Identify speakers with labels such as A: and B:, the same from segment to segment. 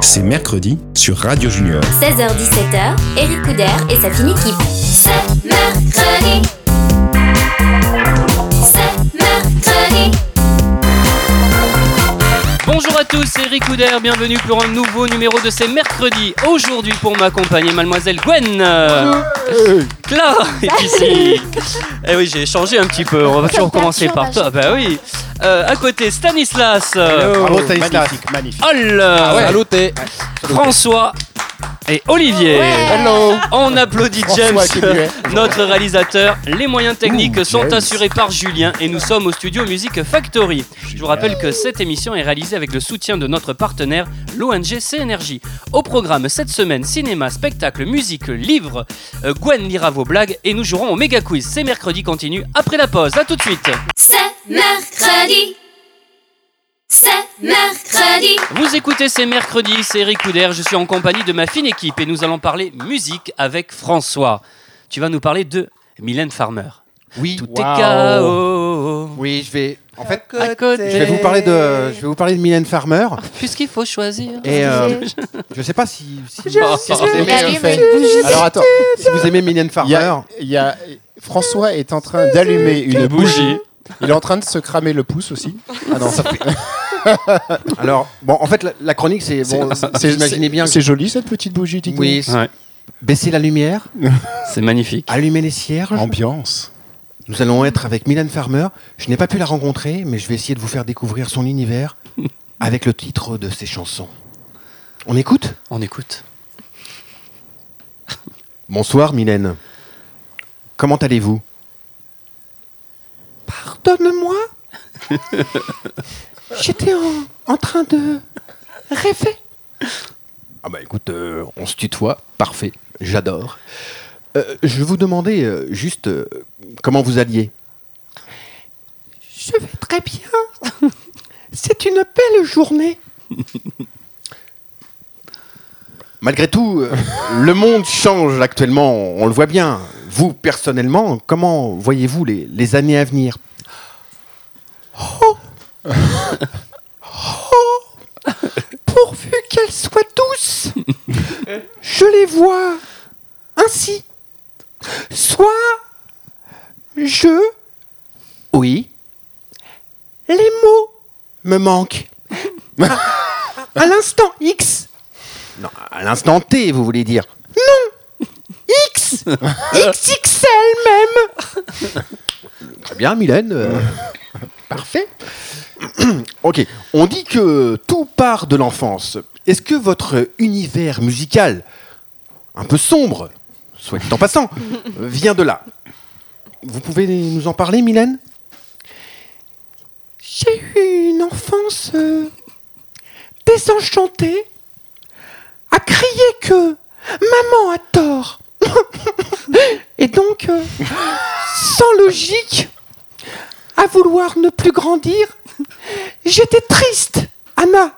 A: C'est mercredi sur Radio Junior.
B: 16h-17h, Eric Couder et sa fine équipe. C'est mercredi. C'est mercredi.
C: Bonjour à tous, c'est Eric Couder, bienvenue pour un nouveau numéro de ces mercredis. Aujourd'hui, pour m'accompagner, mademoiselle Gwen. euh, Clara est ici. Eh oui, j'ai changé un petit peu, on va toujours commencer par toi. Bah oui. Euh, à côté, Stanislas. euh,
D: Bravo Stanislas.
E: Magnifique, magnifique.
C: Hall, euh,
D: Salut t'es.
C: François et Olivier.
D: Hello.
C: On applaudit James,
D: François qui est muet.
C: notre réalisateur. Les moyens techniques sont assurés par Julien et nous sommes au studio Music Factory. Je vous rappelle que cette émission est réalisée avec le soutien de notre partenaire, l'ONG CNRJ. Au programme cette semaine, cinéma, spectacle, musique, livre. Euh, Gwen lira vos blagues et nous jouerons au méga quiz. C'est mercredi continue après la pause. À tout de suite.
B: C'est mercredi. C'est mercredi.
C: Vous écoutez, c'est mercredi, c'est Eric Couder, je suis en compagnie de ma fine équipe et nous allons parler musique avec François. Tu vas nous parler de Mylène Farmer.
D: Oui.
C: Tout
D: Waouh.
C: est KO.
D: Oui, je vais. En fait,
C: À côté.
D: je vais vous parler de. Je vais vous parler de Mylène Farmer.
C: Puisqu'il faut choisir.
D: Et euh, je sais pas si. si vous
C: Oh,
D: aimez
C: mais-
D: ce qu'elle fait. Alors attends, si vous aimez Mylène
E: Il y
D: Farmer,
E: a, il y a- François est en train d'allumer une bougie. Il est en train de se cramer le pouce aussi. Ah non, ça fait-
D: alors bon, en fait, la, la chronique, c'est bon.
E: c'est-
D: Vous imaginez bien. que-
E: C'est joli cette petite bougie, Tico.
D: Oui. c'est-
C: Ouais.
D: Baissez la lumière,
C: C'est magnifique.
D: allumez les cierges.
E: Ambiance.
D: Nous allons être avec Mylène Farmer. Je n'ai pas pu la rencontrer, mais je vais essayer de vous faire découvrir son univers avec le titre de ses chansons. On écoute
C: On écoute.
D: Bonsoir Mylène. Comment allez-vous Pardonne-moi. J'étais en, en train de rêver. Ah bah écoute, euh, on se tutoie, parfait, j'adore. Euh, je vous demandais euh, juste euh, comment vous alliez. Je vais très bien. C'est une belle journée. Malgré tout, euh, le monde change actuellement, on le voit bien. Vous, personnellement, comment voyez-vous les, les années à venir Oh, Pourvu qu'elles soient tous Je les vois ainsi. Soit je... Oui. Les mots me manquent. à l'instant X. Non, à l'instant T, vous voulez dire Non X XXL même Très bien, Mylène. euh, parfait. ok, on dit que tout part de l'enfance. Est-ce que votre univers musical, un peu sombre, soit dit en passant, vient de là Vous pouvez nous en parler, Mylène J'ai eu une enfance euh, désenchantée à crier que maman a tort. Et donc, euh, sans logique, à vouloir ne plus grandir, j'étais triste, Anna.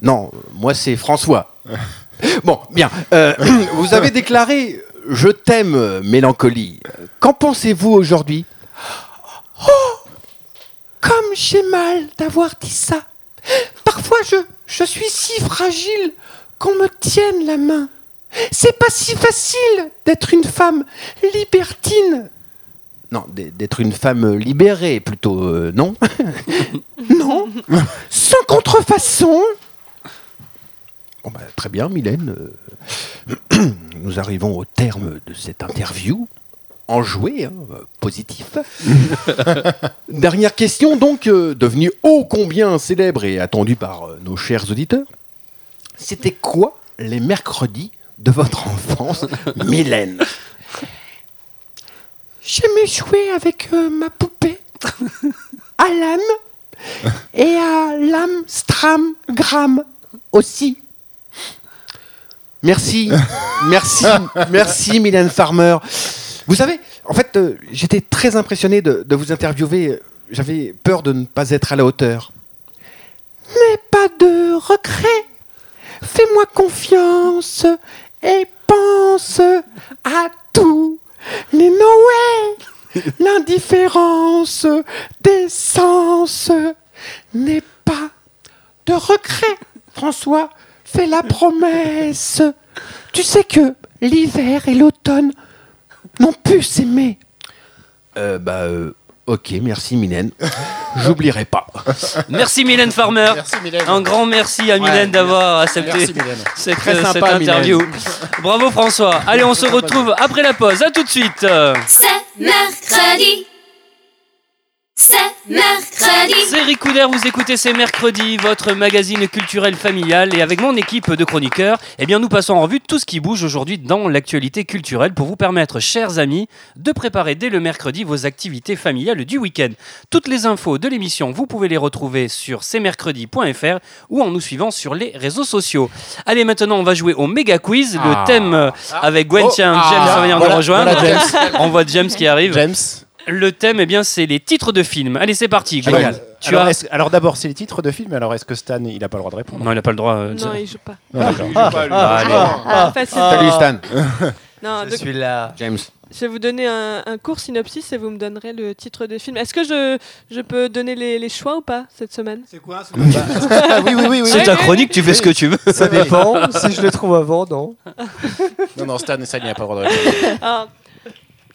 D: Non, moi c'est François. Bon, bien. euh, vous avez déclaré Je t'aime, euh, mélancolie. Qu'en pensez-vous aujourd'hui Oh, comme j'ai mal d'avoir dit ça. Parfois, je, je suis si fragile qu'on me tienne la main. C'est pas si facile d'être une femme libertine. Non, d- d'être une femme libérée plutôt, euh, non Non, sans contrefaçon. Bon bah, très bien, Mylène. euh, Nous arrivons au terme de cette interview. Enjouée, hein, euh, positif. Dernière question, donc, euh, devenue ô combien célèbre et attendue par euh, nos chers auditeurs. C'était quoi les mercredis de votre enfance, Mylène J'aimais jouer avec euh, ma poupée, à l'âme, et à l'âme, stram, gram aussi. Merci, merci, merci Mylène Farmer. Vous savez, en fait, euh, j'étais très impressionné de, de vous interviewer. J'avais peur de ne pas être à la hauteur. Mais pas de regret. Fais-moi confiance et pense à tout. Les Noël, l'indifférence des sens n'est pas de regret, François.
F: fais la promesse. Tu sais que l'hiver et l'automne n'ont pu s'aimer.
D: Euh, bah, euh, ok, merci Mylène. J'oublierai pas.
C: Merci Mylène Farmer.
E: Merci Mylène.
C: Un grand merci à Mylène
D: merci.
C: d'avoir accepté
E: Merci Mylène.
C: cette,
D: Très sympa,
C: cette interview. Bravo François. Allez, on se retrouve après la pause. À tout de suite.
B: C'est mercredi. C'est mercredi.
C: C'est Ricoudère, vous écoutez C'est Mercredi, votre magazine culturel familial. Et avec mon équipe de chroniqueurs, eh bien, nous passons en revue tout ce qui bouge aujourd'hui dans l'actualité culturelle pour vous permettre, chers amis, de préparer dès le mercredi vos activités familiales du week-end. Toutes les infos de l'émission, vous pouvez les retrouver sur cmercredi.fr ou en nous suivant sur les réseaux sociaux. Allez, maintenant, on va jouer au méga quiz, le
D: Ah.
C: thème euh, avec Gwen
E: Oh.
C: Chien, James
E: Ah.
C: va venir
E: Voilà,
C: nous rejoindre.
E: voilà
C: on voit James qui arrive.
E: James.
C: Le thème, eh bien, c'est les titres de films. Allez, c'est parti. Gwen.
E: Alors,
C: Tu
E: Ah, bah, alors,
C: as-
E: est-ce- alors d'abord, c'est les titres de films. Alors, est-ce que Stan, il a pas le droit de répondre
C: Non, il n'a pas le droit. euh, de-
G: Non, Ah, il joue pas.
E: Non, Ah, d'accord.
G: Ah, facile.
D: Salut Stan.
G: Non, donc,
D: Celui-là. James.
G: je vais vous donner un, un court synopsis et vous me donnerez le titre de film. Est-ce que je, je peux donner les, les choix ou pas cette semaine
E: Ah, oui, oui, oui. oui.
C: C'est ta chronique, tu fais ce que tu veux.
H: Ça dépend. si je le trouve avant, non.
E: Non, non, Stan, Stan, il a pas le droit de répondre.
G: Alors,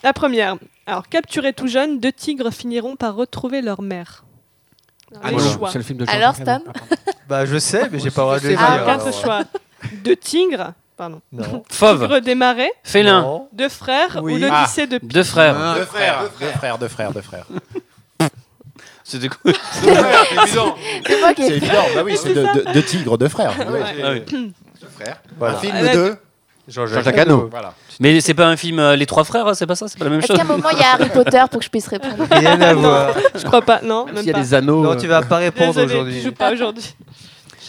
G: La première. Alors, capturés tout jeunes, deux tigres finiront par retrouver leur mère. Alors, les choix.
D: Ah, C'est le film de Jean-Pierre.
I: Alors, Stan
H: Bah, je sais, mais j'ai pas le droit de le dire.
G: Ah,
H: alors.
G: quatre choix. Deux tigres, pardon.
H: Non.
C: Fauve,
G: Tigres démarrés,
C: félin,
H: Non.
G: deux frères
H: Oui.
G: ou le
E: Hein Ah.
G: lycée de
C: deux frères.
D: Ah,
E: Deux frères, deux frères, deux frères, deux frères.
C: C'était cool.
I: C'est moi qui
E: C'est
I: ai fait.
E: évident, bah oui, c'est deux, deux- deux tigres, deux frères.
G: Ouais.
C: Ah oui.
E: Un
H: Voilà.
E: film
G: Avec-
E: de.
D: Jean-Jacques Hano.
C: Ah, Mais c'est pas un film euh, Les Trois Frères, hein, c'est pas ça C'est pas la même
I: Est-ce
C: chose
I: qu'à un moment il y a Harry Potter pour que je puisse répondre
H: Rien à voir.
G: Je crois pas, non, même
D: S'il y a
G: pas.
D: des anneaux. euh.
H: Non, tu vas pas répondre
G: Désolée, tu
H: aujourd'hui.
G: joues pas aujourd'hui.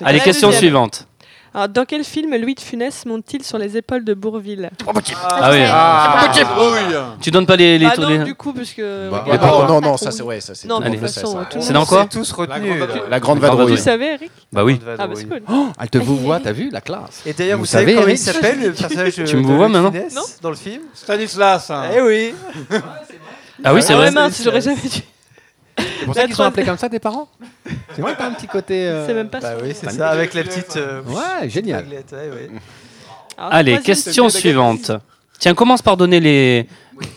C: Allez,
G: La
C: question
G: deuxième.
C: suivante.
G: Alors, dans quel film Louis de Funès monte-t-il sur les épaules de Bourville
C: Ah oui. Tu donnes pas les. les
G: Ah
C: tous les-
G: non, du coup, parce que...
D: Bah,
E: Ah,
D: Mais
E: non,
D: bon,
E: non, non, ça c'est ouais, ça c'est.
G: Non,
E: tout le
C: mais
E: monde
G: de
E: le
G: toute
E: sait,
G: façon,
E: ça.
G: tout le
C: C'est
G: monde...
C: dans quoi
H: C'est tous retenu.
E: La grande
C: Pardon,
G: Vous
E: vadrouille.
C: oui.
G: savez, Eric
C: Bah oui.
G: Ah bah c'est cool.
D: Oh, Elle te vous voit, t'as vu la classe.
H: Et d'ailleurs,
D: Vous
H: vous, savez
D: savez,
H: comment il
D: Eric
H: s'appelle le personnage de
C: me
H: de
C: vois
H: Louis
C: maintenant
H: Funès
G: Non. hein.
H: dans le film
F: Stanislas.
H: Eh oui.
C: Ah oui, c'est
G: Ah
C: vrai.
G: ouais, mince, j'aurais jamais dû.
D: C'est pour
G: ça qu'ils sont appelés
D: comme ça tes parents C'est vrai, t'as un petit côté. euh,
G: C'est même pas
H: Bah
G: ça.
H: oui, c'est ça, avec la petite. euh,
D: Ouais, génial.
H: réglette, ouais, ouais.
G: Alors,
C: Ah, Allez,
G: troisième,
C: question suivante. Tiens, commence par donner les.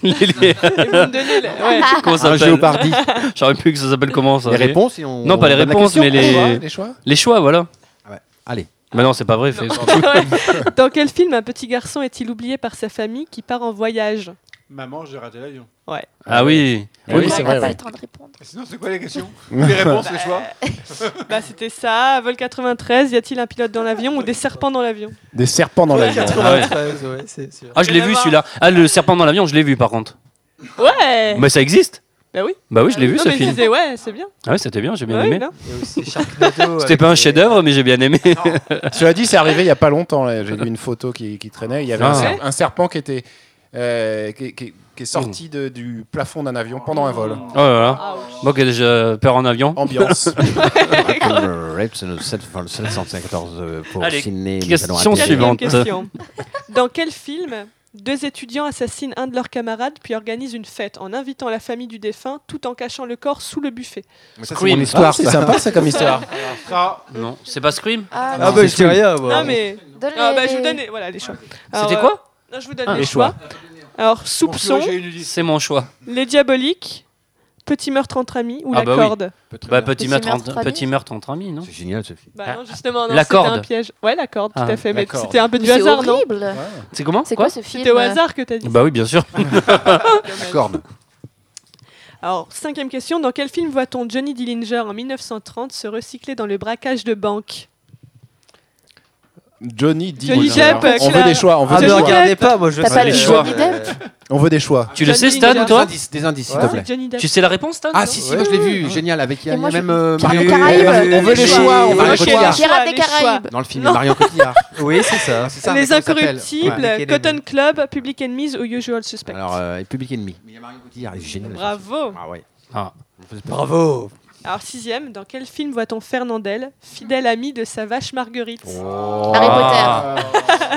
C: les- les-
G: vous me donnez la- ouais.
C: Comment ça
D: Un
C: s'appelle
D: géopardi.
C: J'aurais pu que ça s'appelle comment ça
D: Les réponses et on-
C: Non, pas les
D: on donne la
C: réponses,
D: question.
C: mais les-
D: Les choix, les choix.
C: Les choix, voilà.
D: Allez.
C: Bah non, c'est pas vrai. fais-
G: Dans quel film un petit garçon est-il oublié par sa famille qui part en voyage
F: Maman, j'ai raté l'avion.
C: Ah oui.
E: Ah Oui, c'est
I: On n'a
E: vrai.
I: pas le
E: ouais.
I: temps de répondre.
F: Sinon, c'est quoi les questions Les réponses, les choix
G: Bah c'était ça, vol 93, y a-t-il un pilote dans l'avion ou des serpents dans l'avion
E: Des serpents dans l'avion.
G: Ah
H: 93, ouais, c'est sûr.
C: Ah, je l'ai vu celui-là. Ah, le serpent dans l'avion, je l'ai vu par contre.
G: Ouais
C: Mais ça existe
G: Bah oui.
C: Bah oui, je l'ai vu
G: Non,
C: ce
G: mais je
C: film.
G: disais, ouais, c'est bien.
C: Ah oui, c'était bien, j'ai bien
G: Ouais,
C: aimé.
G: non
H: Et aussi Sharknado
C: C'était
H: avec
C: pas un
H: les-
C: chef-d'œuvre, mais j'ai bien aimé.
E: Cela dit, c'est arrivé il y a pas longtemps. là. J'ai vu une photo qui, qui traînait. Il y avait un,
C: Ah.
E: serp- un serpent qui était euh, qui, qui- qui est sorti de- du plafond d'un avion pendant un vol.
C: Oh là là.
G: Ouch.
C: Moi qui ai déjà peur en avion.
E: Ambiance.
D: Comme Rape, c'est le 7 enfin, le 714 euh, pour
C: Allez,
D: ciné.
C: question
D: nous allons
C: suivante.
D: attendre.
G: Quatrième question. Dans quel film deux étudiants assassinent un de leurs camarades puis organisent une fête en invitant la famille du défuin tout en cachant le corps sous le buffet
D: Mais ça,
C: Scream. Ah,
D: C'est mon histoire,
E: Ah, c'est
D: ça.
E: sympa ça comme histoire.
C: Non, c'est pas Scream
I: Ah,
H: Ah
I: non.
H: bah je dis rien, moi.
G: Non mais
I: Donne
G: Ah,
I: les-
G: bah, je vous donne les, voilà, les choix. Alors,
C: C'était
G: euh,
C: quoi
G: non, Je vous donne
C: Ah,
G: les,
C: les
G: choix. Alors soupçon,
C: C'est mon choix.
G: les diaboliques, petit meurtre entre amis ou
C: Ah,
G: la
C: bah oui.
G: corde.
C: Bah, petit,
I: Petit
C: meurtre
I: meurtre
C: entre,
I: entre
C: petit
I: amis.
C: meurtre entre amis, non Ah.
D: C'est génial ce film.
G: Bah non justement, non,
C: La
G: c'était un
C: corde.
G: piège. Ouais la corde, tout
C: Ah,
G: à fait.
E: la
G: Mais
E: corde.
G: c'était un peu
I: Mais
G: du
I: C'est
G: hasard, non
I: horrible.
C: C'est comment
I: C'est quoi ce film
G: C'était au hasard que t'as dit.
C: Bah oui, bien sûr.
D: La corne.
G: Alors cinquième question, dans quel film voit-on Johnny Dillinger en 1930 se recycler dans le braquage de banque
E: Johnny Depp.
G: Johnny Depp,
E: On veut
G: Claire.
E: des choix. On veut
H: Ah
E: des
H: ne
G: Johnny
E: choix.
H: regardez pas, moi je
I: T'as
H: sais.
I: pas
C: les
H: euh,
C: choix.
I: Johnny Depp
E: On veut des choix.
C: Tu le sais,
G: Johnny
C: Stan,
G: Ninja.
C: toi
D: indices, des indices, s'il
H: Ouais.
D: te plaît.
G: Johnny Depp.
C: Tu sais la réponse, Stan
D: Ah
C: toi
D: si, si, moi je l'ai vu, génial, avec il y a
I: Et moi, je-
D: même euh,
I: Mario
D: Mario.
I: Caraïbes.
H: Mario-
E: On veut les choix. On veut
D: Mario
E: les choix.
D: Cotillard.
I: Pirates des
G: Les choix.
I: Caraïbes.
D: Dans le film,
G: Non.
D: Marion Cotillard.
H: Oui, c'est ça.
D: Ah, C'est ça, mais
G: les
D: comment ça s'appelle
G: incorruptibles,
H: Ouais.
G: Cotton Club, Public Enemies ou Usual Suspects.
D: Alors, euh, Public Enemy. Mais il y a Marion Cotillard, elle est géniale.
G: Bravo.
D: Ah ouais.
C: Ah.
H: Bravo.
G: Alors sixième, dans quel film voit-on Fernandel, fidèle ami de sa vache Marguerite Oh.
I: Harry
C: Ah.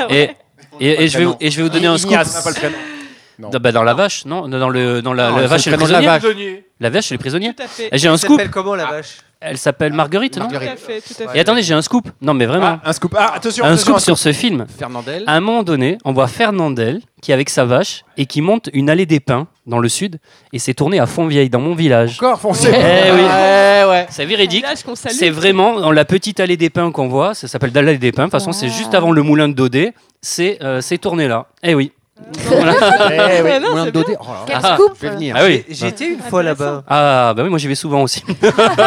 I: Potter.
C: Et, et, et je vais, vous- et je vais vous donner un scoop.
E: Ignace. On n'a pas le prénom.
C: Ah, bah, dans la vache, non Dans, le, dans la,
D: Non,
C: la
D: c'est
C: vache et
D: le
C: le
D: prénom de
C: prisonnier
D: la vache.
C: La vache et les prisonniers
G: Tout à fait. Ah.
C: Et Ah, J'ai un
H: Elle
C: scoop.
H: s'appelle comment la vache
C: Elle s'appelle Marguerite, non
G: Tout à fait, tout à
H: Bah,
G: fait.
C: Et attendez, j'ai un scoop. Non, mais vraiment.
E: Ah, un scoop. Ah, attention,
C: un
E: attention,
C: scoop sur ce film.
H: Fernandel.
C: À un moment donné, on voit Fernandel qui est avec sa vache et qui monte une allée des pins dans le sud et c'est tourné à Fontvieille, dans mon village.
E: Encore foncé.
C: Eh oui,
H: Ouais, ouais.
C: c'est véridique.
G: Village qu'on salue.
C: C'est vraiment dans la petite allée des pins qu'on voit, ça s'appelle l'allée des pins, de toute façon c'est juste avant le moulin de Dodé, c'est euh, c'est tourné là. Eh oui.
G: Ah, non,
D: Moulin
G: c'est bien.
D: de Dodé. Oh là là.
I: Quel
C: Ah,
I: scoop
D: Je vais venir.
C: Ah oui.
H: J'ai été une fois là-bas.
C: Ah bah oui, moi j'y vais souvent aussi.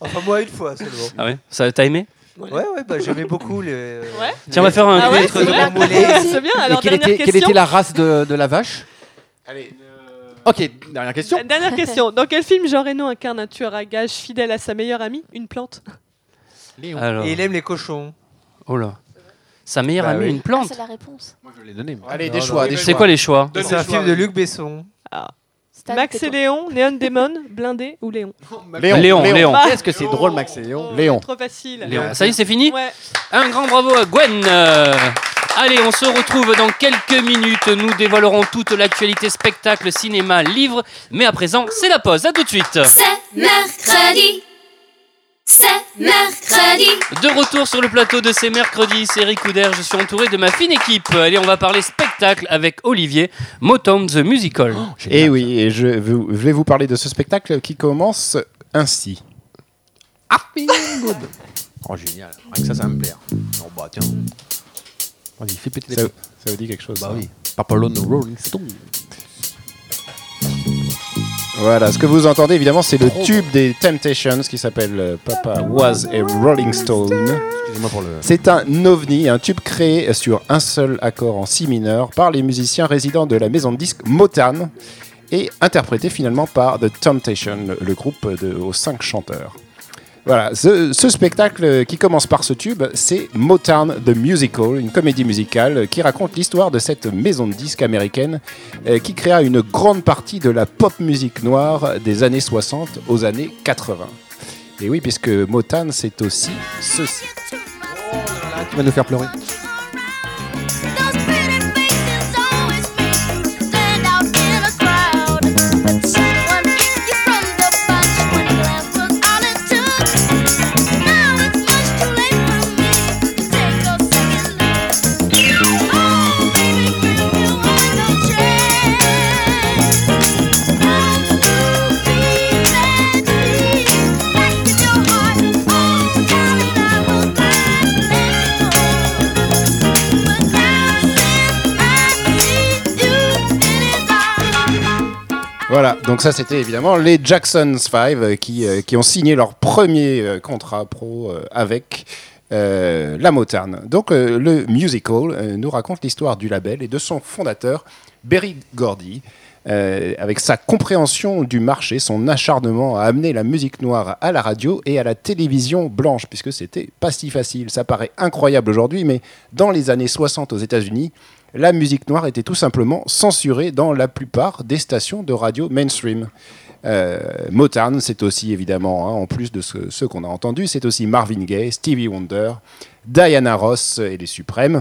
H: Enfin, moi, une fois seulement.
C: Ah ouais. Ça t'as aimé
H: Ouais, ouais, bah j'aimais beaucoup les.
G: Ouais.
C: Tiens, on va faire un
G: Ah ouais,
C: quiz.
G: c'est vrai.
H: moulé.
G: C'est bien.
D: Et
G: Alors,
D: quelle
G: dernière
D: était, quelle
G: question.
D: était la race de, de la vache
E: Allez,
D: Ok, dernière question.
G: Euh, Dernière question. Dans quel film Jean Reno incarne un tueur à gages fidèle à sa meilleure amie, une plante
C: Alors,
H: Et il aime les cochons.
C: oh là. Sa meilleure
D: Bah
C: amie,
D: oui.
C: une
I: Ah,
C: plante.
I: C'est la réponse.
D: Moi, je l'ai donné. moi.
E: allez
H: Non,
E: des
H: non,
E: choix,
H: mais
E: des
C: C'est
E: choix.
C: quoi les choix
E: Donne
H: C'est
E: des
H: un
E: choix,
H: film de Luc Besson.
G: Ah.
I: Stan,
G: Max
I: tais-toi.
G: et Léon, Néon Demon, Blindé ou Léon Ah,
E: Léon,
C: Léon, Léon.
D: Ah. Qu'est-ce que c'est drôle, Max et
G: Oh,
D: Léon
E: Léon.
G: Trop facile.
C: Léon. Ça y est, c'est fini
G: Ouais.
C: Un grand bravo à Gwen. Euh, Allez, on se retrouve dans quelques minutes. Nous dévoilerons toute l'actualité spectacle, cinéma, livre. Mais à présent, c'est la pause. À tout de suite.
B: C'est mercredi. C'est mercredi.
C: De retour sur le plateau de ces mercredis, c'est Eric Couder. Je suis entouré de ma fine équipe. Allez, on va parler spectacle avec Olivier Motown The Musical.
D: Oh,
E: Et eh oui, et je vous- je vais vous parler de ce spectacle qui commence ainsi.
D: Oh, génial. Rien que ça, ça va me plaire. Non, bah tiens. Vas-y, fais péter les
E: Ça,
D: plombs.
E: ça vous dit quelque chose
D: Bah
E: ça
D: oui. Papalone Rolling Stone.
E: Voilà, ce que vous entendez évidemment, c'est le tube des Temptations qui s'appelle euh, Papa Was a Rolling Stone.
D: Excusez-moi pour le.
E: C'est un ovni, un tube créé sur un seul accord en si mineur par les musiciens résidents de la maison de disques Motown et interprété finalement par The Temptation, le groupe de, aux cinq chanteurs. Voilà, ce, ce spectacle qui commence par ce tube, c'est Motown The Musical, une comédie musicale qui raconte l'histoire de cette maison de disques américaine euh, qui créa une grande partie de la pop musique noire des années 60 aux années 80. Et oui, puisque Motown, c'est aussi ceci.
D: Tu vas nous faire pleurer.
E: Voilà, donc ça c'était évidemment les Jacksons 5 euh, qui, euh, qui ont signé leur premier euh, contrat pro euh, avec euh, la Motown. Donc euh, le musical euh, nous raconte l'histoire du label et de son fondateur, Berry Gordy. euh, avec sa compréhension du marché, son acharnement à amener la musique noire à la radio et à la télévision blanche, puisque c'était pas si facile. Ça paraît incroyable aujourd'hui, mais dans les années 60 aux États-Unis, la musique noire était tout simplement censurée dans la plupart des stations de radio mainstream. Euh, Motown, c'est aussi évidemment, hein, en plus de ce, ceux qu'on a entendus, c'est aussi Marvin Gaye, Stevie Wonder, Diana Ross et les Suprêmes,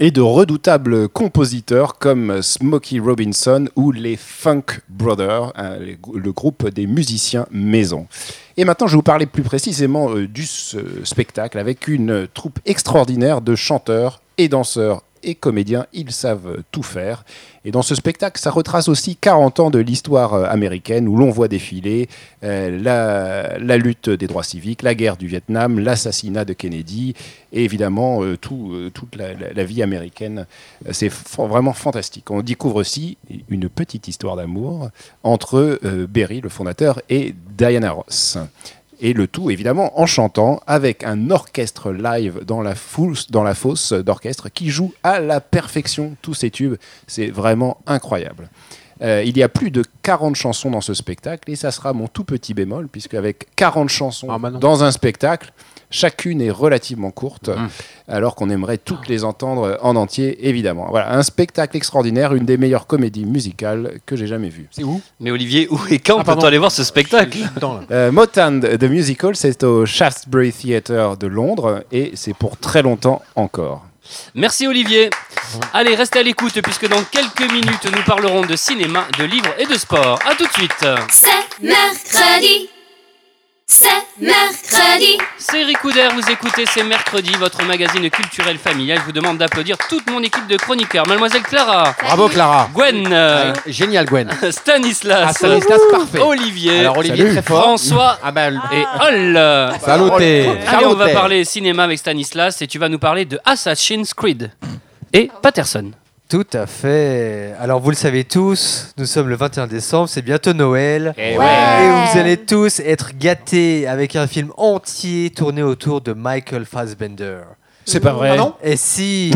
E: et de redoutables compositeurs comme Smokey Robinson ou les Funk Brothers, hein, les grou- le groupe des musiciens maison. Et maintenant, je vais vous parler plus précisément euh, du ce spectacle avec une euh, troupe extraordinaire de chanteurs et danseurs et comédiens. Ils savent euh, tout faire. Et dans ce spectacle, ça retrace aussi 40 ans de l'histoire euh, américaine où l'on voit défiler euh, la, la lutte des droits civiques, la guerre du Vietnam, l'assassinat de Kennedy et évidemment euh, tout, euh, toute la, la- la vie américaine. Euh, C'est fa- vraiment fantastique. On découvre aussi une petite histoire d'amour entre euh, Berry, le fondateur, et Diana Ross. Et le tout, évidemment, en chantant avec un orchestre live dans la, foule, dans la fosse d'orchestre qui joue à la perfection tous ces tubes. C'est vraiment incroyable. Euh, il y a plus de 40 chansons dans ce spectacle et ça sera mon tout petit bémol, puisque avec 40 chansons
D: Ah bah non.
E: dans un spectacle, chacune est relativement courte,
D: Mmh.
E: alors qu'on aimerait toutes les entendre en entier, évidemment. Voilà, un spectacle extraordinaire, une des meilleures comédies musicales que j'ai jamais vues.
D: C'est où
C: Mais Olivier, où et quand
D: Ah, pardon.
C: peut-on aller voir ce spectacle
D: Dedans, là.
E: Euh, Motown The Musical, c'est au Shaftesbury Theatre de Londres et c'est pour très longtemps encore.
C: Merci Olivier. Allez, restez à l'écoute puisque dans quelques minutes, nous parlerons de cinéma, de livres et de sport. À tout de suite.
B: C'est mercredi. c'est mercredi.
C: C'est Ricoudère, vous écoutez, c'est mercredi, votre magazine culturel familial. Je vous demande d'applaudir toute mon équipe de chroniqueurs. Mademoiselle Clara,
E: Bravo Clara.
C: Gwen, euh,
D: Ah, Génial, Gwen.
C: Stanislas,
D: Ah, Stanislas, parfait.
C: Olivier,
D: Alors, Olivier,
E: Salut.
D: très fort.
C: François
D: Ah, bah,
C: et Hol.
D: Saluté.
C: Allez, on va parler cinéma avec Stanislas et tu vas nous parler de Assassin's Creed et Patterson.
H: Tout à fait. Alors vous le savez tous, nous sommes le 21 décembre, c'est bientôt Noël.
D: Eh
I: ouais.
H: Et vous allez tous être gâtés avec un film entier tourné autour de Michael Fassbender.
E: C'est pas vrai.
H: Et si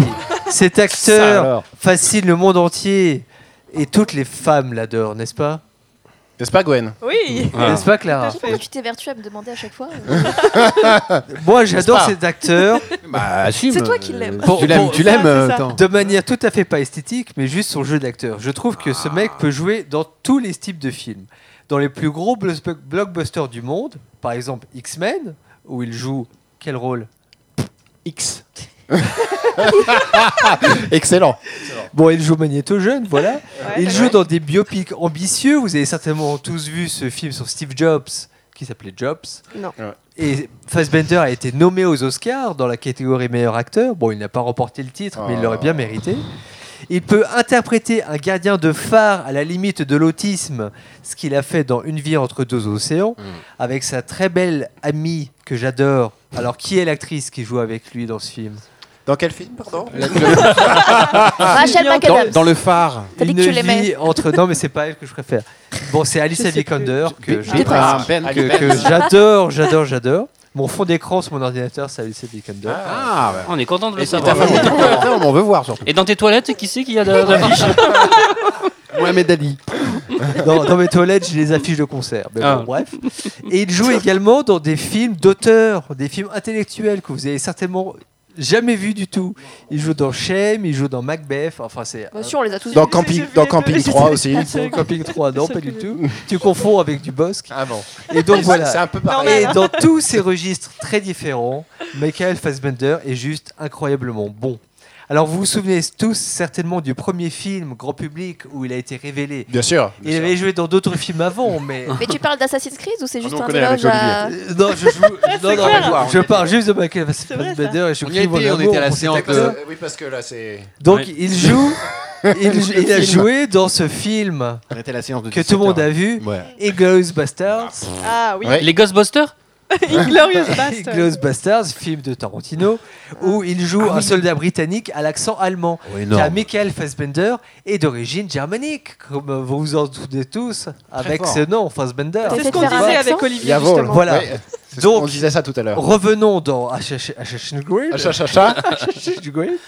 H: cet acteur fascine le monde entier et toutes les femmes l'adorent, n'est-ce pas
E: N'est-ce pas Gwen
G: Oui.
C: Ah.
H: N'est-ce pas Clara
I: Pourquoi tu t'évertues à me demander à chaque fois
H: Moi j'adore
E: pas
H: cet acteur
D: Bah, assume.
G: C'est toi qui l'aimes.
D: Tu l'aimes, tu
G: Pour-
D: l'aimes.
G: pour-
D: euh,
G: ça, c'est
D: attends.
H: de manière tout à fait pas esthétique, mais juste son jeu d'acteur. Je trouve que ce mec peut jouer dans tous les types de films. Dans les plus gros blos- blockbusters du monde, par exemple X-Men, où il joue quel rôle X.
E: Excellent.
H: Bon, il joue Magneto jeune, voilà.
G: Ouais,
H: Il
G: c'est
H: joue
G: vrai.
H: dans des biopics ambitieux. Vous avez certainement tous vu ce film sur Steve Jobs, qui s'appelait Jobs.
G: Non.
E: Ouais.
H: Et Fassbender a été nommé aux Oscars dans la catégorie meilleur acteur. Bon, il n'a pas remporté le titre, mais il
E: Ah.
H: l'aurait bien mérité. Il peut interpréter un gardien de phare à la limite de l'autisme, ce qu'il a fait dans Une vie entre deux océans,
E: Mm.
H: avec sa très belle amie que j'adore. Alors, qui est l'actrice qui joue avec lui dans ce film
E: Dans quel film, pardon
I: Rachel
G: Dans-
I: McAdams.
D: Dans le phare.
I: T'as dit que
H: Une
I: tu l'aimais.
H: vie entre. Non, mais c'est pas elle que je préfère. Bon, c'est Alice
G: sais
H: Vikander que je-
I: T'es presque.
D: Ah, peine
E: Ah,
D: que-
H: que j'adore, j'adore, j'adore. Mon fond d'écran sur mon ordinateur, c'est Alice Vikander.
D: Ah, bah.
C: On est content de le
D: Et ta
C: savoir.
D: femme est encore là, on en veut voir surtout.
C: Et dans tes toilettes, qui c'est qu'il y a de de l'affiche
D: Mohamed Ali.
H: Dans, dans mes toilettes, j'ai les affiches de concert. Mais bon,
C: Ah.
H: bref. Et il joue également dans des films d'auteurs, des films intellectuels que vous avez certainement jamais vu du tout. Il joue dans Shame, il joue dans Macbeth. Enfin, c'est.
I: Bien sûr, Bah, on les a tous
E: Dans
I: vus.
E: Camping,
G: vu
E: dans
G: les
E: Camping
G: deux.
E: 3 aussi.
H: un- Camping 3, non, pas du
G: Circuler.
H: tout. Tu confonds avec du Bosque.
E: Ah bon.
H: Et donc voilà.
E: C'est un peu pareil.
H: Et dans tous ces registres très différents, Michael Fassbender est juste incroyablement bon. Alors vous vous souvenez tous certainement du premier film grand public où il a été révélé.
E: Bien sûr.
H: Il avait joué dans d'autres films avant, mais...
I: Mais tu parles d'Assassin's Creed ou
H: Ah,
I: c'est juste
E: on
I: un
E: connaît avec
I: éloge à...
H: Euh, non, je joue... non, non,
G: clair.
H: je parle juste de Michael
G: C'est vrai, ça.
H: Fassbender et je
D: On y
H: crie mon
D: était, on
H: amour
D: était à la
H: pour cet
D: séance de-
H: acteur.
E: oui, parce que là, c'est.
H: Donc
C: Ouais.
H: il joue... Il,
E: Le
H: il a
E: film.
H: joué dans ce film
D: On était à la séance de
H: que tout le monde a vu,
D: Ouais.
H: Eagles Bastards.
G: Ah oui.
E: Ouais.
C: Les Ghostbusters
G: Inglorious
H: Glorious Bastards, film de Tarantino, où il joue
C: Ah
H: un soldat britannique à l'accent allemand.
E: Oh,
H: Car Michael Fassbender est d'origine germanique, comme euh, vous vous en souvenez tous, avec
D: fort.
H: ce nom, Fassbender.
I: T'as
G: C'est ce
I: fait
G: qu'on
I: faire un
G: disait
I: accent
G: avec Olivier
E: Yavol.
G: justement.
H: Voilà.
E: Ouais, c'est ce
H: Donc-
E: qu'on disait ça tout à l'heure.
H: Revenons dans Assassin- Assassin's
D: Ah,
H: Creed,
E: Achachacha.
H: Assassin's Creed,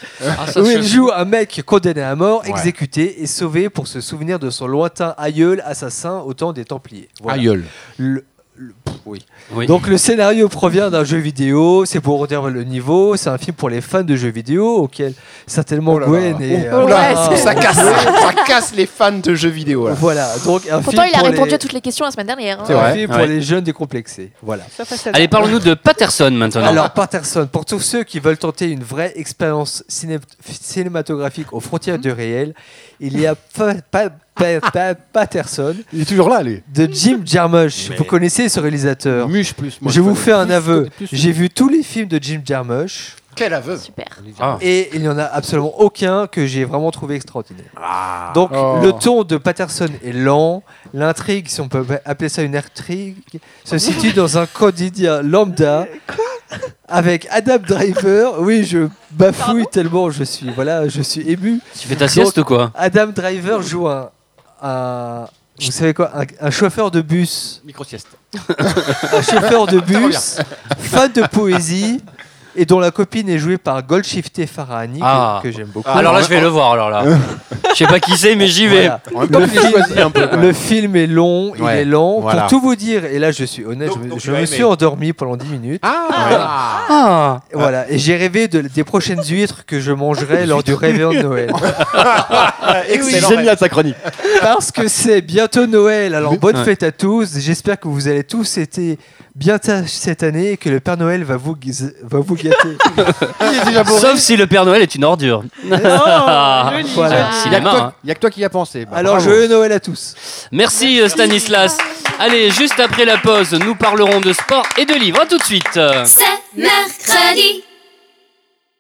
H: où il joue un mec condamné à mort, exécuté et sauvé pour se souvenir de son lointain aïeul assassin au temps des Templiers. Voilà.
D: Aïeul.
H: Le- le- pff, oui.
C: Oui.
H: Donc le scénario provient d'un jeu vidéo, c'est pour redire le niveau, c'est un film pour les fans de jeux vidéo auquel certainement
E: Oh là là.
H: Gwen est...
I: Oh là,
H: ah,
I: c'est-
E: Ça casse, ça casse les fans de jeux vidéo. là.
H: Voilà, donc un
I: Pourtant,
H: film
I: il a
H: pour
I: répondu
H: les...
I: à toutes les questions la semaine dernière. hein.
E: C'est
H: un
E: vrai.
H: film
C: Ouais.
H: pour les jeunes décomplexés. Voilà.
G: Ça fait celle-là.
C: Allez, parle-nous de Patterson maintenant.
H: Alors Patterson, pour tous ceux qui veulent tenter une vraie expérience ciné- cinématographique aux frontières du réel, il y a Pa- Pa- Pa- Pa- Patterson
D: Il est toujours là, les.
H: de Jim Jarmusch.
D: Mais-
H: Vous connaissez ce réalisateur
D: Muche plus. moi,
H: Je vous
D: connais
H: fais un
D: plus,
H: aveu.
D: plus, plus.
H: J'ai vu tous les films de Jim Jarmusch.
E: Quel aveu.
I: Super.
C: Ah.
H: Et il n'y en a absolument aucun que j'ai vraiment trouvé extraordinaire.
D: Ah.
H: Donc
E: Oh.
H: le ton de Patterson est lent, l'intrigue, si on peut appeler ça une intrigue, se situe dans un quotidien lambda avec Adam Driver. Oui, je bafouille tellement je suis, voilà, je suis ému.
C: Tu fais ta sieste ou quoi
H: Adam Driver joue un, un- vous savez quoi, un- un chauffeur de bus
D: Micro-sieste.
H: un chauffeur de bus, fan de poésie et dont la copine est jouée par Goldshifté Farahani, que-
C: Ah.
H: que, j'aime beaucoup.
C: Alors là, je vais le voir. Alors là, je sais pas qui c'est, mais j'y vais.
H: Voilà.
D: En même temps,
H: Le
D: il est
H: film-
D: choisi un peu.
H: Le film est long, il
D: Ouais,
H: est lent.
D: voilà.
H: Pour tout vous dire, et là je suis honnête,
E: Donc-
H: je me,
E: donc
H: je
E: tu as
H: me
E: aimé.
H: suis endormi pendant 10 minutes.
D: Ah.
H: Voilà, et j'ai rêvé de- des prochaines huîtres que je mangerai lors du réveillon de Noël.
E: Excellent.
D: Génial sa chronique.
H: Parce que c'est bientôt Noël, alors bonne fête à tous. J'espère que vous allez tous été, bien tard cette année et que le Père Noël va vous, guise- va vous gâter.
D: Ah,
E: Il est déjà
C: Sauf si le Père Noël est une ordure.
D: Oh,
G: Oh, joli.
H: Voilà.
I: Ah.
D: Il y a, que
C: Cinéma,
D: toi-
C: hein.
D: y a que toi qui y as pensé. Bah,
H: Alors,
D: bravo.
H: joyeux Noël à tous.
C: Merci euh, Stanislas. Allez, juste après la pause, nous parlerons de sport et de livres. À tout de suite.
B: C'est mercredi.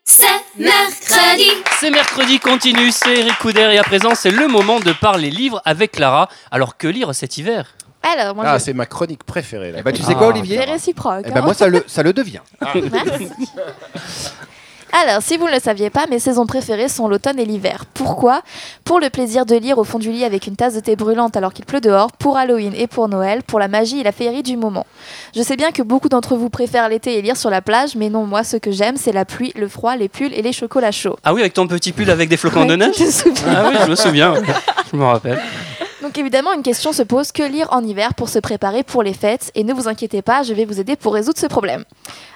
B: C'est mercredi.
C: C'est mercredi continue, c'est Eric Couder et à présent c'est le moment de parler livres avec Clara. Alors que lire cet hiver
I: Alors, moi,
E: Ah,
I: je...
E: c'est ma chronique préférée. Là.
D: Eh ben, tu sais quoi,
C: Ah,
D: Olivier
I: c'est réciproque.
D: Eh ben,
I: hein.
D: moi, ça le, ça le devient.
I: Merci. Alors, si vous ne le saviez pas, mes saisons préférées sont l'automne et l'hiver. Pourquoi Pour le plaisir de lire au fond du lit avec une tasse de thé brûlante alors qu'il pleut dehors, pour Halloween et pour Noël, pour la magie et la féerie du moment. Je sais bien que beaucoup d'entre vous préfèrent l'été et lire sur la plage, mais non, moi, ce que j'aime, c'est la pluie, le froid, les pulls et les chocolats chauds.
C: Ah oui, avec ton petit pull avec des flocons de
I: Ouais,
C: neige
I: je me souviens.
C: Ah oui, je me souviens. Je me rappelle.
I: Donc évidemment, une question se pose, que lire en hiver pour se préparer pour les fêtes Et ne vous inquiétez pas, je vais vous aider pour résoudre ce problème.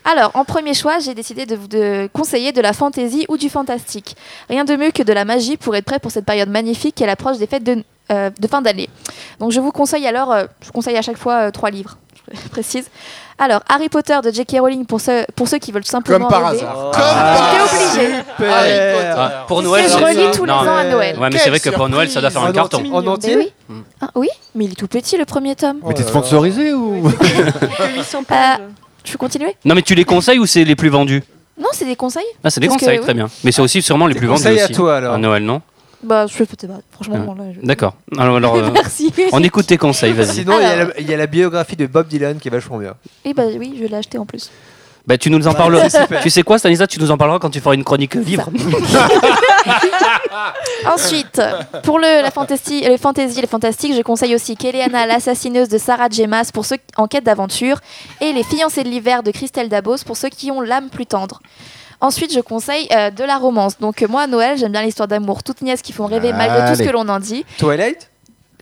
I: Alors, en premier choix, j'ai décidé de vous de conseiller de la fantaisie ou du fantastique. Rien de mieux que de la magie pour être prêt pour cette période magnifique qu'est l'approche des fêtes de, euh, de fin d'année. Donc je vous conseille alors, euh, je vous conseille à chaque fois euh, trois livres, je précise. Alors, Harry Potter de J.K. Rowling pour ceux, pour ceux qui veulent simplement
E: Comme par
I: rêver.
E: hasard.
D: Ah.
E: Comme par
I: J'étais obligée.
B: Euh,
C: Ah, pour
I: Parce
C: Noël,
I: que je
C: c'est
I: relis
C: ça
I: tous les
C: Non,
I: ans à
H: mais-
I: Noël.
C: Ouais, mais c'est vrai que pour Noël, ça doit faire un
H: En
C: carton.
H: entier- En
I: Mais
H: entier
I: oui. Ah, oui, mais il est tout petit le premier tome.
D: Mais t'es
H: Oh là
D: sponsorisé ou
G: Que 800 pages.
I: Euh, Tu veux continuer
C: Non, mais tu les conseilles ou c'est les plus vendus
I: Non, c'est des conseils.
C: Ah, c'est des
I: Parce que,
C: conseils,
I: oui.
C: très bien. Mais c'est aussi sûrement les plus vendus
H: Conseil
C: aussi.
H: à toi, alors.
C: À Noël, non
I: Bah, je sais pas. Franchement,
C: Ouais.
I: bon, là, je-
C: Ah, D'accord. Alors, alors, euh,
I: Merci.
C: on écoute tes conseils, vas-y.
H: Sinon, il y, a
I: Alors.
H: la- il y a la biographie de Bob Dylan qui est vachement bien.
I: Et bah oui, je l'ai acheté en plus.
C: Bah, tu nous en parleras. Tu sais quoi, Stanislas, tu nous en parleras quand tu feras une chronique livre.
I: Ensuite, pour le, la fantasy, le fantasy, le fantastique, je conseille aussi Kéléana, l'assassineuse de Sarah Gemas pour ceux en quête d'aventure et Les fiancés de l'hiver de Christelle Dabos pour ceux qui ont l'âme plus tendre. Ensuite, je conseille euh, de la romance. Donc, euh, moi, à Noël, j'aime bien l'histoire d'amour, toutes nièces qui font rêver Eh ben, malgré tout ce
D: Allez.
I: que l'on en dit.
H: Twilight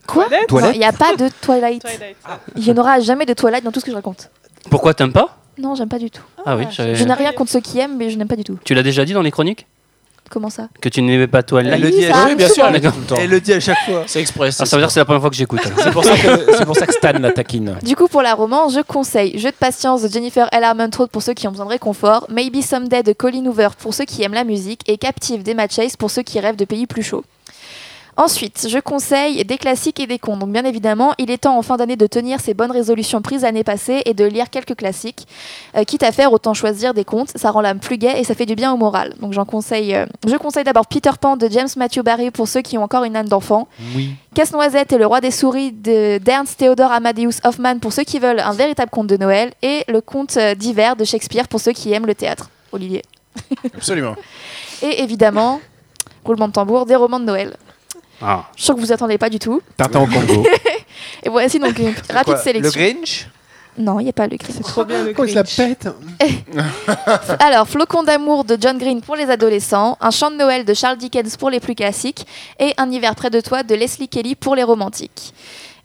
I: Quoi
G: Toilette
I: Non, Il n'y a pas de Twilight.
G: Twilight.
I: Il n'y en aura jamais de Twilight dans tout ce que je raconte.
C: Pourquoi t'aimes pas
I: Non, j'aime pas du tout.
C: Ah oui,
I: Je
C: j'avais-
I: n'ai rien contre ceux qui aiment, mais je n'aime pas du tout.
C: tu l'as déjà dit dans les chroniques
I: Comment ça
C: que tu n'aimais pas toi.
H: Elle
C: Lali
H: le
I: Oui,
H: dit
I: ça
H: à
E: Oui, bien sûr, elle est
C: D'accord.
E: tout le temps.
H: Elle le dit à chaque fois.
J: C'est express.
C: Ah, ça veut dire que c'est la première fois que j'écoute. alors.
J: C'est pour, ça que- c'est pour ça que Stan la taquine.
I: Du coup, pour la romance, je conseille Jeu de patience de Jennifer L. Armentrout pour ceux qui ont besoin de réconfort, Maybe Someday de Colin Hoover pour ceux qui aiment la musique et Captive d'Emma Chase pour ceux qui rêvent de pays plus chauds. Ensuite, je conseille des classiques et des cons. Donc, bien évidemment, il est temps en fin d'année de tenir ses bonnes résolutions prises l'année passée et de lire quelques classiques. Euh, quitte à faire, autant choisir des contes. Ça rend l'âme plus gaie et ça fait du bien au moral. Donc, j'en conseille. euh, je conseille d'abord Peter Pan de James Matthew Barry pour ceux qui ont encore une âme d'enfant. Casse-Noisette et le roi des souris de d'Ernst Theodor Amadeus Hoffmann pour ceux qui veulent un véritable conte de Noël et le conte euh, d'hiver de Shakespeare pour ceux qui aiment le théâtre. Olivier.
E: Absolument.
I: Et évidemment, roulement de tambour, des romans de Noël.
C: Ah.
I: Je suis sûr que vous attendez pas du tout.
E: Tintin au Congo.
I: Et voici donc une rapide
H: Quoi, Le
I: sélection.
H: Grinch
I: non, il n'y a pas le gris.
G: C'est trop bien le
D: Comment Oh, il se la
G: Grinch.
D: pète
I: Alors, Flocon d'amour de John Green pour les adolescents, Un chant de Noël de Charles Dickens pour les plus classiques et Un hiver près de toi de Leslie Kelly pour les romantiques.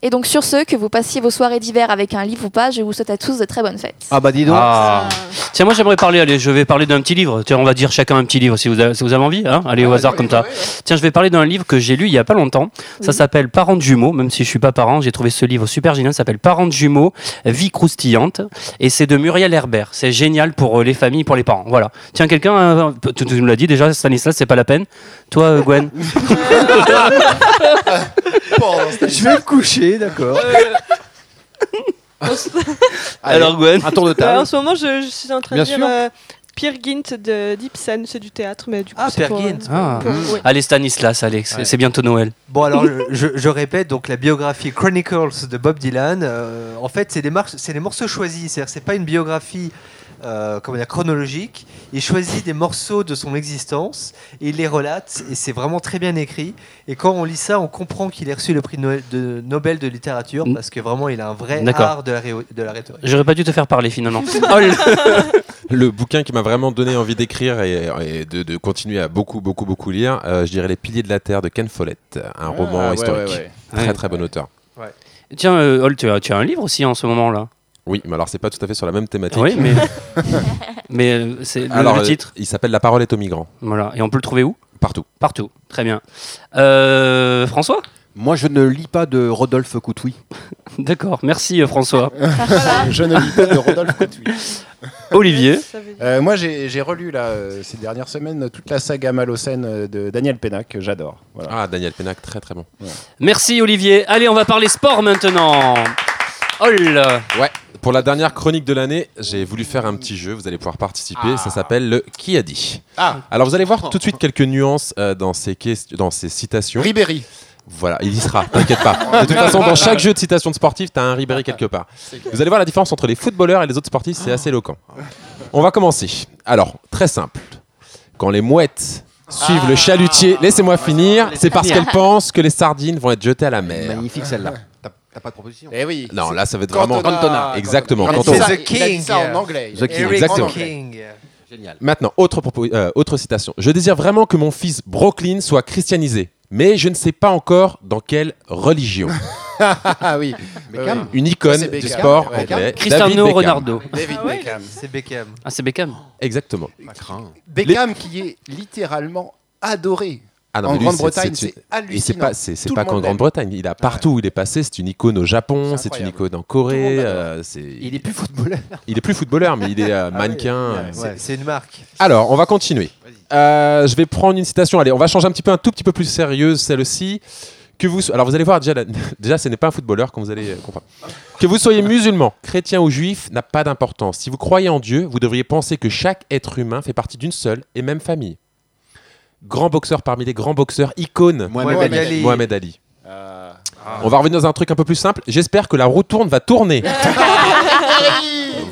I: Et donc sur ce, que vous passiez vos soirées d'hiver avec un livre ou pas, je vous souhaite à tous de très bonnes fêtes.
D: Ah bah dis donc.
C: Ah. Tiens, moi j'aimerais parler, allez, je vais parler d'un petit livre. Tiens, on va dire chacun un petit livre si vous avez, si vous avez envie. hein. allez, au hasard comme ça. Tiens, je vais parler d'un livre que j'ai lu il y a pas longtemps. Ça s'appelle Parents de jumeaux, même si je suis pas parent, j'ai trouvé ce livre super génial. Ça s'appelle Parents de jumeaux, vie croustillante. Et c'est de Muriel Herbert. C'est génial pour euh, les familles, pour les parents. Voilà. Tiens, quelqu'un, euh, tu, tu nous l'as dit déjà, Stanislas, c'est pas la peine. Toi, euh, Gwen
H: Je vais me coucher, d'accord.
D: Allez,
C: Alors, Gwen
D: Euh. un tour de
G: Bah,
D: table.
G: en ce moment, je, je suis en train
D: Bien
G: de lire
D: sûr.
G: euh, Peer Gynt de Dipsen, c'est du théâtre, mais du coup,
H: Ah,
G: c'est
H: Peer
G: pour, euh,
H: Gynt.
C: Ah.
G: pour- ouais.
C: Allez, Stanislas, allez, c'est
H: Ouais.
C: c'est bientôt Noël.
H: Bon, alors, je, je répète, donc la biographie Chronicles de Bob Dylan, euh, en fait, c'est des, mar- c'est des morceaux choisis. C'est-à-dire, c'est pas une biographie euh, comment dire, chronologique. Il choisit des morceaux de son existence et il les relate, et c'est vraiment très bien écrit. Et quand on lit ça, on comprend qu'il a reçu le prix de Noël- de Nobel de littérature
C: Mm.
H: parce que vraiment, il a un vrai
C: D'accord.
H: art de la, rhéo- de la rhétorique.
C: J'aurais pas dû te faire parler finalement. Oh, le-
J: Le bouquin qui m'a vraiment donné envie d'écrire et, et de, de continuer à beaucoup, beaucoup, beaucoup lire, euh, je dirais Les Piliers de la Terre de Ken Follett, un roman historique. Très, très bon auteur.
C: Tiens, euh, Ol, tu as, tu as un livre aussi en ce moment là.
J: Oui, mais alors c'est pas tout à fait sur la même thématique.
C: Oui, mais mais euh, c'est le,
J: alors,
C: le
J: euh,
C: titre.
J: il s'appelle La parole est aux migrants,
C: Voilà. Et on peut le trouver où
J: partout.
C: Partout. Très bien. Euh, François
D: Moi, je ne lis pas de Rodolphe Coutouy.
C: D'accord, merci euh, François.
E: Je ne lis pas de Rodolphe Coutouille.
C: Olivier,
E: Euh, moi, j'ai j'ai relu là, euh, ces dernières semaines toute la saga Malocène euh, de Daniel Pénac, que j'adore. Voilà.
J: Ah, Daniel Pénac, très très bon.
C: merci Olivier. Allez, on va parler sport maintenant. Oh là.
J: Ouais. Pour la dernière chronique de l'année, j'ai voulu faire un petit jeu. Vous allez pouvoir participer.
E: Ah.
J: Ça s'appelle le Qui a dit.
E: Ah.
J: Alors vous allez voir tout de suite quelques nuances euh, dans ces quest- dans ces citations.
E: Ribéry.
J: Voilà, il y sera, t'inquiète pas. De toute façon, dans chaque jeu de citation de sportif, t'as un
E: Ah,
J: Ribéry quelque part. Vous allez voir la différence entre les footballeurs et les autres sportifs, c'est assez éloquent. On va commencer. Alors, très simple. Quand les mouettes suivent
E: Ah.
J: le chalutier, laissez-moi finir, c'est parce qu'elles pensent que les sardines vont être jetées à la mer. Ah.
D: Magnifique celle-là. T'as t'as pas de proposition
E: Eh oui.
J: Non, là, ça va être
E: Cantona.
J: vraiment...
E: Cantona.
J: Exactement,
E: Il a dit
J: Cantona.
E: ça-
H: The
E: il a dit ça
H: King.
E: en anglais.
J: The King,
E: Eh oui,
J: exactement.
E: en anglais.
H: King.
D: Génial.
J: Maintenant, autre, propo- euh, autre citation. Je désire vraiment que mon fils Brooklyn soit christianisé, mais je ne sais pas encore dans quelle religion.
E: Ah oui.
D: Beckham.
J: Euh, Une icône
E: C'est
J: du
E: Beckham,
J: sport
E: ouais.
J: anglais. David
C: Cristiano
J: Beckham.
C: Ronaldo.
E: David
G: Ah ouais.
E: Beckham. Ah,
H: C'est Beckham.
C: Ah, c'est Beckham.
J: Exactement.
D: Macron.
E: Beckham qui est littéralement adoré.
J: Ah
E: En
J: mais lui,
E: Grande-Bretagne,
J: une-
E: c'est
J: Et c'est
E: hallucinant.
J: pas, c'est, c'est
E: Tout
J: pas
E: le
J: qu'en
E: monde l'aime.
J: Grande-Bretagne. Il a partout où il est passé. C'est une icône au Japon,
E: C'est
J: c'est une
E: incroyable.
J: icône en
E: Tout le
J: Corée.
E: monde l'adore.
J: euh, c'est... Il,
D: Il
J: est...
D: est plus footballeur. Ah
J: plus footballeur, mais il est euh, mannequin.
D: ouais.
H: C'est- C'est une marque.
J: Alors, on va continuer. Euh, je vais prendre une citation. Allez, on va changer un petit peu, un tout petit peu plus sérieuse celle-ci. Que vous, so- alors vous allez voir déjà, la- déjà ce n'est pas un footballeur quand vous allez euh, comprendre. Que vous soyez musulman, chrétien ou juif n'a pas d'importance. Si vous croyez en Dieu, vous devriez penser que chaque être humain fait partie d'une seule et même famille. Grand boxeur parmi les grands boxeurs, icône
D: Mohamed
E: Mohamed
D: Ali.
H: Ali.
J: Mohamed Ali.
E: Euh,
J: On va revenir dans un truc un peu plus simple. J'espère que la roue tourne va tourner.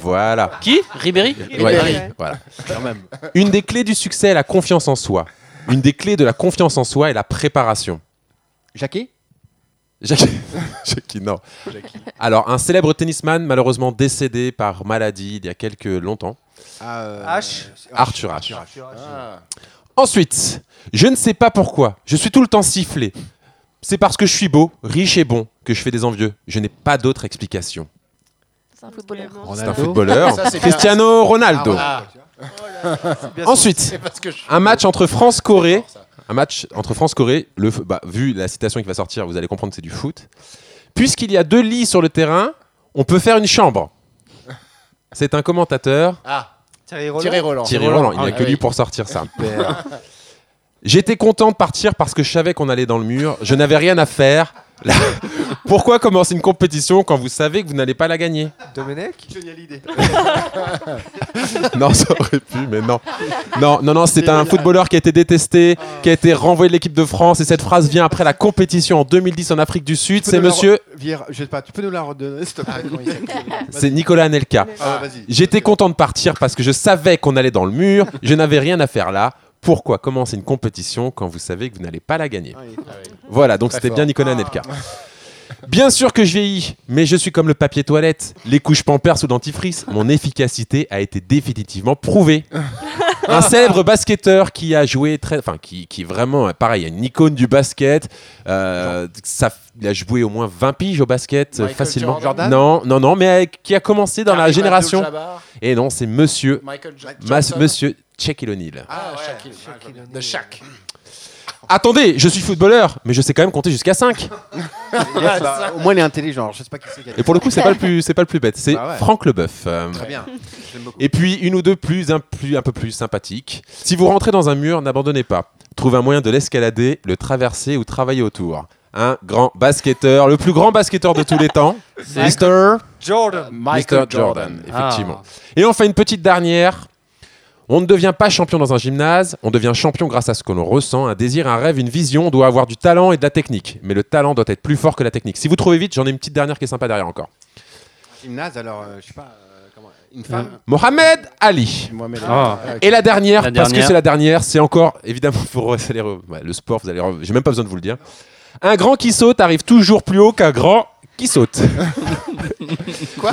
J: voilà.
C: Qui Ribéry
J: Ouais,
G: Ouais.
J: voilà.
D: Quand même.
J: Une des clés du succès est la confiance en soi. Une des clés de la confiance en soi est la préparation.
D: Jacquet
J: Jackie, Jackie, non. Alors, un célèbre tennisman malheureusement décédé par maladie il y a quelques longtemps,
D: ah, euh,
H: H.
J: Arthur H.
E: ah.
J: Ensuite, je ne sais pas pourquoi, je suis tout le temps sifflé. C'est parce que je suis beau, riche et bon que je fais des envieux. Je n'ai pas d'autre explication.
I: C'est un footballeur.
J: C'est un
D: Ronaldo.
J: footballeur.
E: Ça, c'est bien.
J: Cristiano Ronaldo.
E: Ah,
J: Ensuite,
E: c'est parce que je-
J: un match entre France-Corée.
E: ça.
J: Un match entre France-Corée. Le, f- bah, vu la citation qui va sortir, vous allez comprendre que c'est du foot. Puisqu'il y a deux lits sur le terrain, on peut faire une chambre. C'est un commentateur,
E: Ah,
H: Thierry Roland.
E: Thierry Roland.
J: Thierry Roland. Il n'y a
E: Ah,
J: que
E: oui.
J: lui pour sortir ça. J'étais content de partir parce que je savais qu'on allait dans le mur. Je n'avais rien à faire. La- Pourquoi commencer une compétition quand vous savez que vous n'allez pas la gagner
H: Domenech.
J: Non, ça aurait pu, mais non. Non, non, non, c'est un footballeur qui a été détesté, qui a été renvoyé de l'équipe de France. Et cette phrase vient après la compétition en 2010 en Afrique du Sud. C'est monsieur,
K: je sais pas, tu peux nous la redonner, s'il te
I: Ah,
K: plaît
J: c'est Nicolas Anelka.
K: Ah, vas-y.
J: J'étais content de partir parce que je savais qu'on allait dans le mur. Je n'avais rien à faire là. Pourquoi commencer une compétition quand vous savez que vous n'allez pas la gagner
K: Ah oui. Ah.
J: Voilà, donc
E: Très
J: c'était
E: fort.
J: bien Nicolas Anelka. Bien sûr que je vieillis, mais je suis comme le papier toilette, les couches pampers ou dentifrice. Mon efficacité a été définitivement prouvée. Un célèbre basketteur qui a joué très, enfin qui, qui est vraiment euh, pareil, une icône du basket. euh, ça, il a joué au moins 20 piges au basket euh,
E: Michael
J: facilement.
E: Jordan
J: non, non, non, mais euh, qui a commencé dans la
E: Karim
J: génération.
E: Abdul-Jabbar,
J: Et non, c'est Monsieur,
E: Michael Jack-
J: Mas-
E: Johnson.
J: Monsieur Shaquille O'Neal.
E: Ah, Shaquille. De Shaq.
J: Attendez, je suis footballeur, mais je sais quand même compter jusqu'à 5.
D: Il est- bah, au moins, il est intelligent. Je sais pas qui c'est qui a dit
J: Et pour le coup, c'est pas le plus, c'est pas le plus bête. C'est
D: Ah ouais.
J: Franck Leboeuf. Euh,
D: Très bien. J'aime beaucoup.
J: Et puis une ou deux plus un, plus un peu plus sympathiques. Si vous rentrez dans un mur, n'abandonnez pas. Trouvez un moyen de l'escalader, le traverser ou travailler autour. Un grand basketteur, le plus grand basketteur de tous les temps, Mister,
H: Jordan.
J: Mister
E: Michael
J: Jordan,
E: Jordan.
J: effectivement. Et enfin une petite dernière. On ne devient pas champion dans un gymnase, on devient champion grâce à ce que l'on ressent, un désir, un rêve, une vision, on doit avoir du talent et de la technique. Mais le talent doit être plus fort que la technique. Si vous trouvez vite, j'en ai une petite dernière qui est sympa derrière encore.
D: Gymnase, alors, euh, je sais pas, euh, comment. Une femme euh,
J: Mohamed Ali.
E: Mohamed
C: Ah.
E: Ali.
J: Et la dernière,
C: La
J: parce que
C: dernière.
J: c'est la dernière, c'est encore, évidemment, pour aller re- ouais, le sport, vous allez, re- j'ai même pas besoin de vous le dire. Un grand qui saute arrive toujours plus haut qu'un grand qui saute.
E: Quoi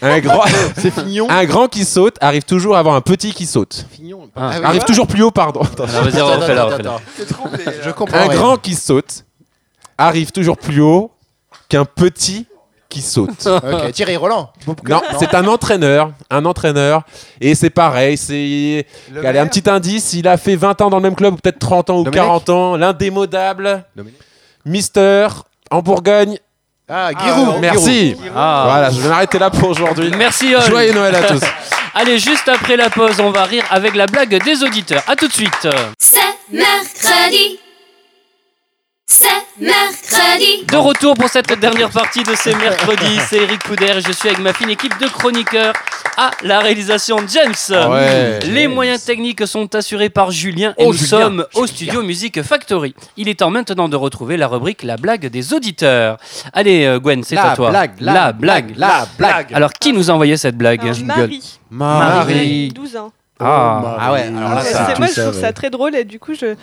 J: Un grand,
D: C'est Fignon
J: un grand qui saute arrive toujours à avoir un petit qui saute.
D: Fignon.
C: Ah.
E: Ah oui. Ah,
J: Arrive toujours plus haut, pardon. Attends.
C: Alors, vas-y,
E: Attends,
C: refais-la,
E: attends,
C: refais-la.
E: attends. Je comprends.
J: Un
E: rien.
J: grand qui saute arrive toujours plus haut qu'un petit qui saute.
E: Ok, Thierry Roland.
J: Non, c'est un entraîneur, un entraîneur, et c'est pareil, c'est
H: Le
J: Allez, un
H: maire.
J: petit indice, il a fait 20 ans dans le même club, ou peut-être 30 ans ou
D: Domenech
J: 40 ans, l'indémodable.
D: Domenech
J: Mister en Bourgogne.
E: Ah,
C: Giroud.
J: Merci.
C: Giroud. Ah.
J: Voilà, je vais m'arrêter là pour aujourd'hui.
C: Merci. Ol.
J: Joyeux Noël à tous.
C: Allez, juste après la pause, on va rire avec la blague des auditeurs. À tout de suite.
B: C'est mercredi. C'est mercredi.
C: De retour pour cette dernière partie de ces mercredis, c'est Eric Couder et je suis avec ma fine équipe de chroniqueurs à la réalisation James.
D: Ah ouais,
C: Les
D: James.
C: moyens techniques sont assurés par Julien et
D: Oh,
C: nous
D: Julien,
C: sommes au studio Music Factory. Il est temps maintenant de retrouver la rubrique La blague des auditeurs. Allez euh, Gwen, c'est
D: La
C: à toi.
D: blague, la blague, la blague.
C: Alors qui nous a envoyé cette blague
G: Alors, Marie.
C: Marie.
G: 12 ans.
C: Ah.
D: Ah ouais, alors
G: Ouais,
D: là, ça-
G: Euh, c'est- moi,
D: tout
G: je
D: ça,
G: trouve
D: ouais.
G: ça très drôle et du coup, je,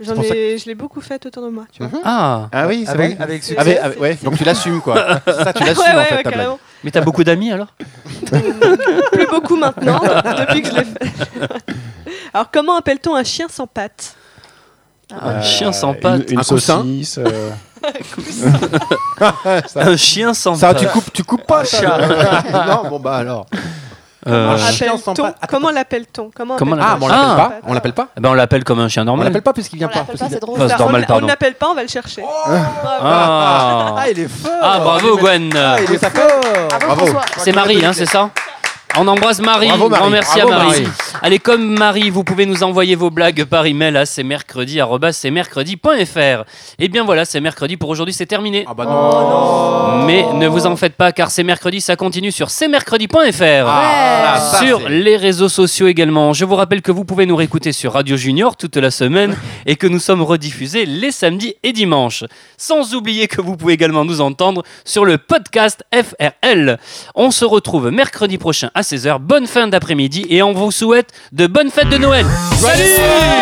G: j'en
D: pour ça
G: ai, je l'ai beaucoup faite autour de moi. Tu vois.
C: Ah.
D: Ah oui, c'est
H: Avec-
D: vrai.
H: avec
G: succès.
D: Avec- avec- ouais, donc tu l'assumes quoi. ça, tu l'assumes
G: Ouais,
D: en
G: ouais,
D: fait
G: ouais,
D: ta blague.
G: carrément.
C: Mais t'as beaucoup d'amis alors
G: Plus beaucoup maintenant, depuis que je l'ai fait. Alors, comment appelle-t-on un chien sans pattes
C: Un chien sans pattes.
E: Une, une
C: Un coussin.
E: saucisse. euh,
C: Un chien sans
E: Ça,
C: pattes.
E: tu
K: coupes- tu coupes pas ça. non, bon bah alors.
C: Euh,
K: chien sans
G: Appelle-t-on- Comment l'appelle-t-on Comment
C: Comment
G: appelle-t-on
C: l'appelle-
G: un chien sans
C: Ah, mais on l'appelle pas
G: pattes
D: On l'appelle pas
C: ben, on l'appelle comme un chien
D: On
C: normal.
D: l'appelle pas puisqu'il vient
I: On
D: pas.
I: l'appelle pas, c'est drôle.
C: Enfin, c'est
G: Bah,
C: normal,
G: on on ne
C: pardon.
G: l'appelle pas, on va le chercher.
C: Ah.
D: Ah, il est fort
C: Ah, bravo Gwen
D: Il est fort
I: Bravo, François.
C: C'est Marie, hein, c'est ça on embrasse Marie.
D: Bravo, Marie.
C: Grand merci
D: Bravo,
C: à Marie.
D: Marie.
C: Allez, comme Marie, vous pouvez nous envoyer vos blagues par email à cmercredi.fr. Et Eh bien voilà, c'est mercredi pour aujourd'hui, c'est terminé.
D: Ah bah non
C: Mais ne vous en faites pas car c'est mercredi, ça continue sur cmercredi.fr.
D: Ah, ça,
C: sur
D: c'est-
C: les réseaux sociaux également. Je vous rappelle que vous pouvez nous réécouter sur Radio Junior toute la semaine et que nous sommes rediffusés les samedis et dimanches. Sans oublier que vous pouvez également nous entendre sur le podcast FRL. On se retrouve mercredi prochain à 16h. Bonne fin d'après-midi et on vous souhaite de bonnes fêtes de Noël. Salut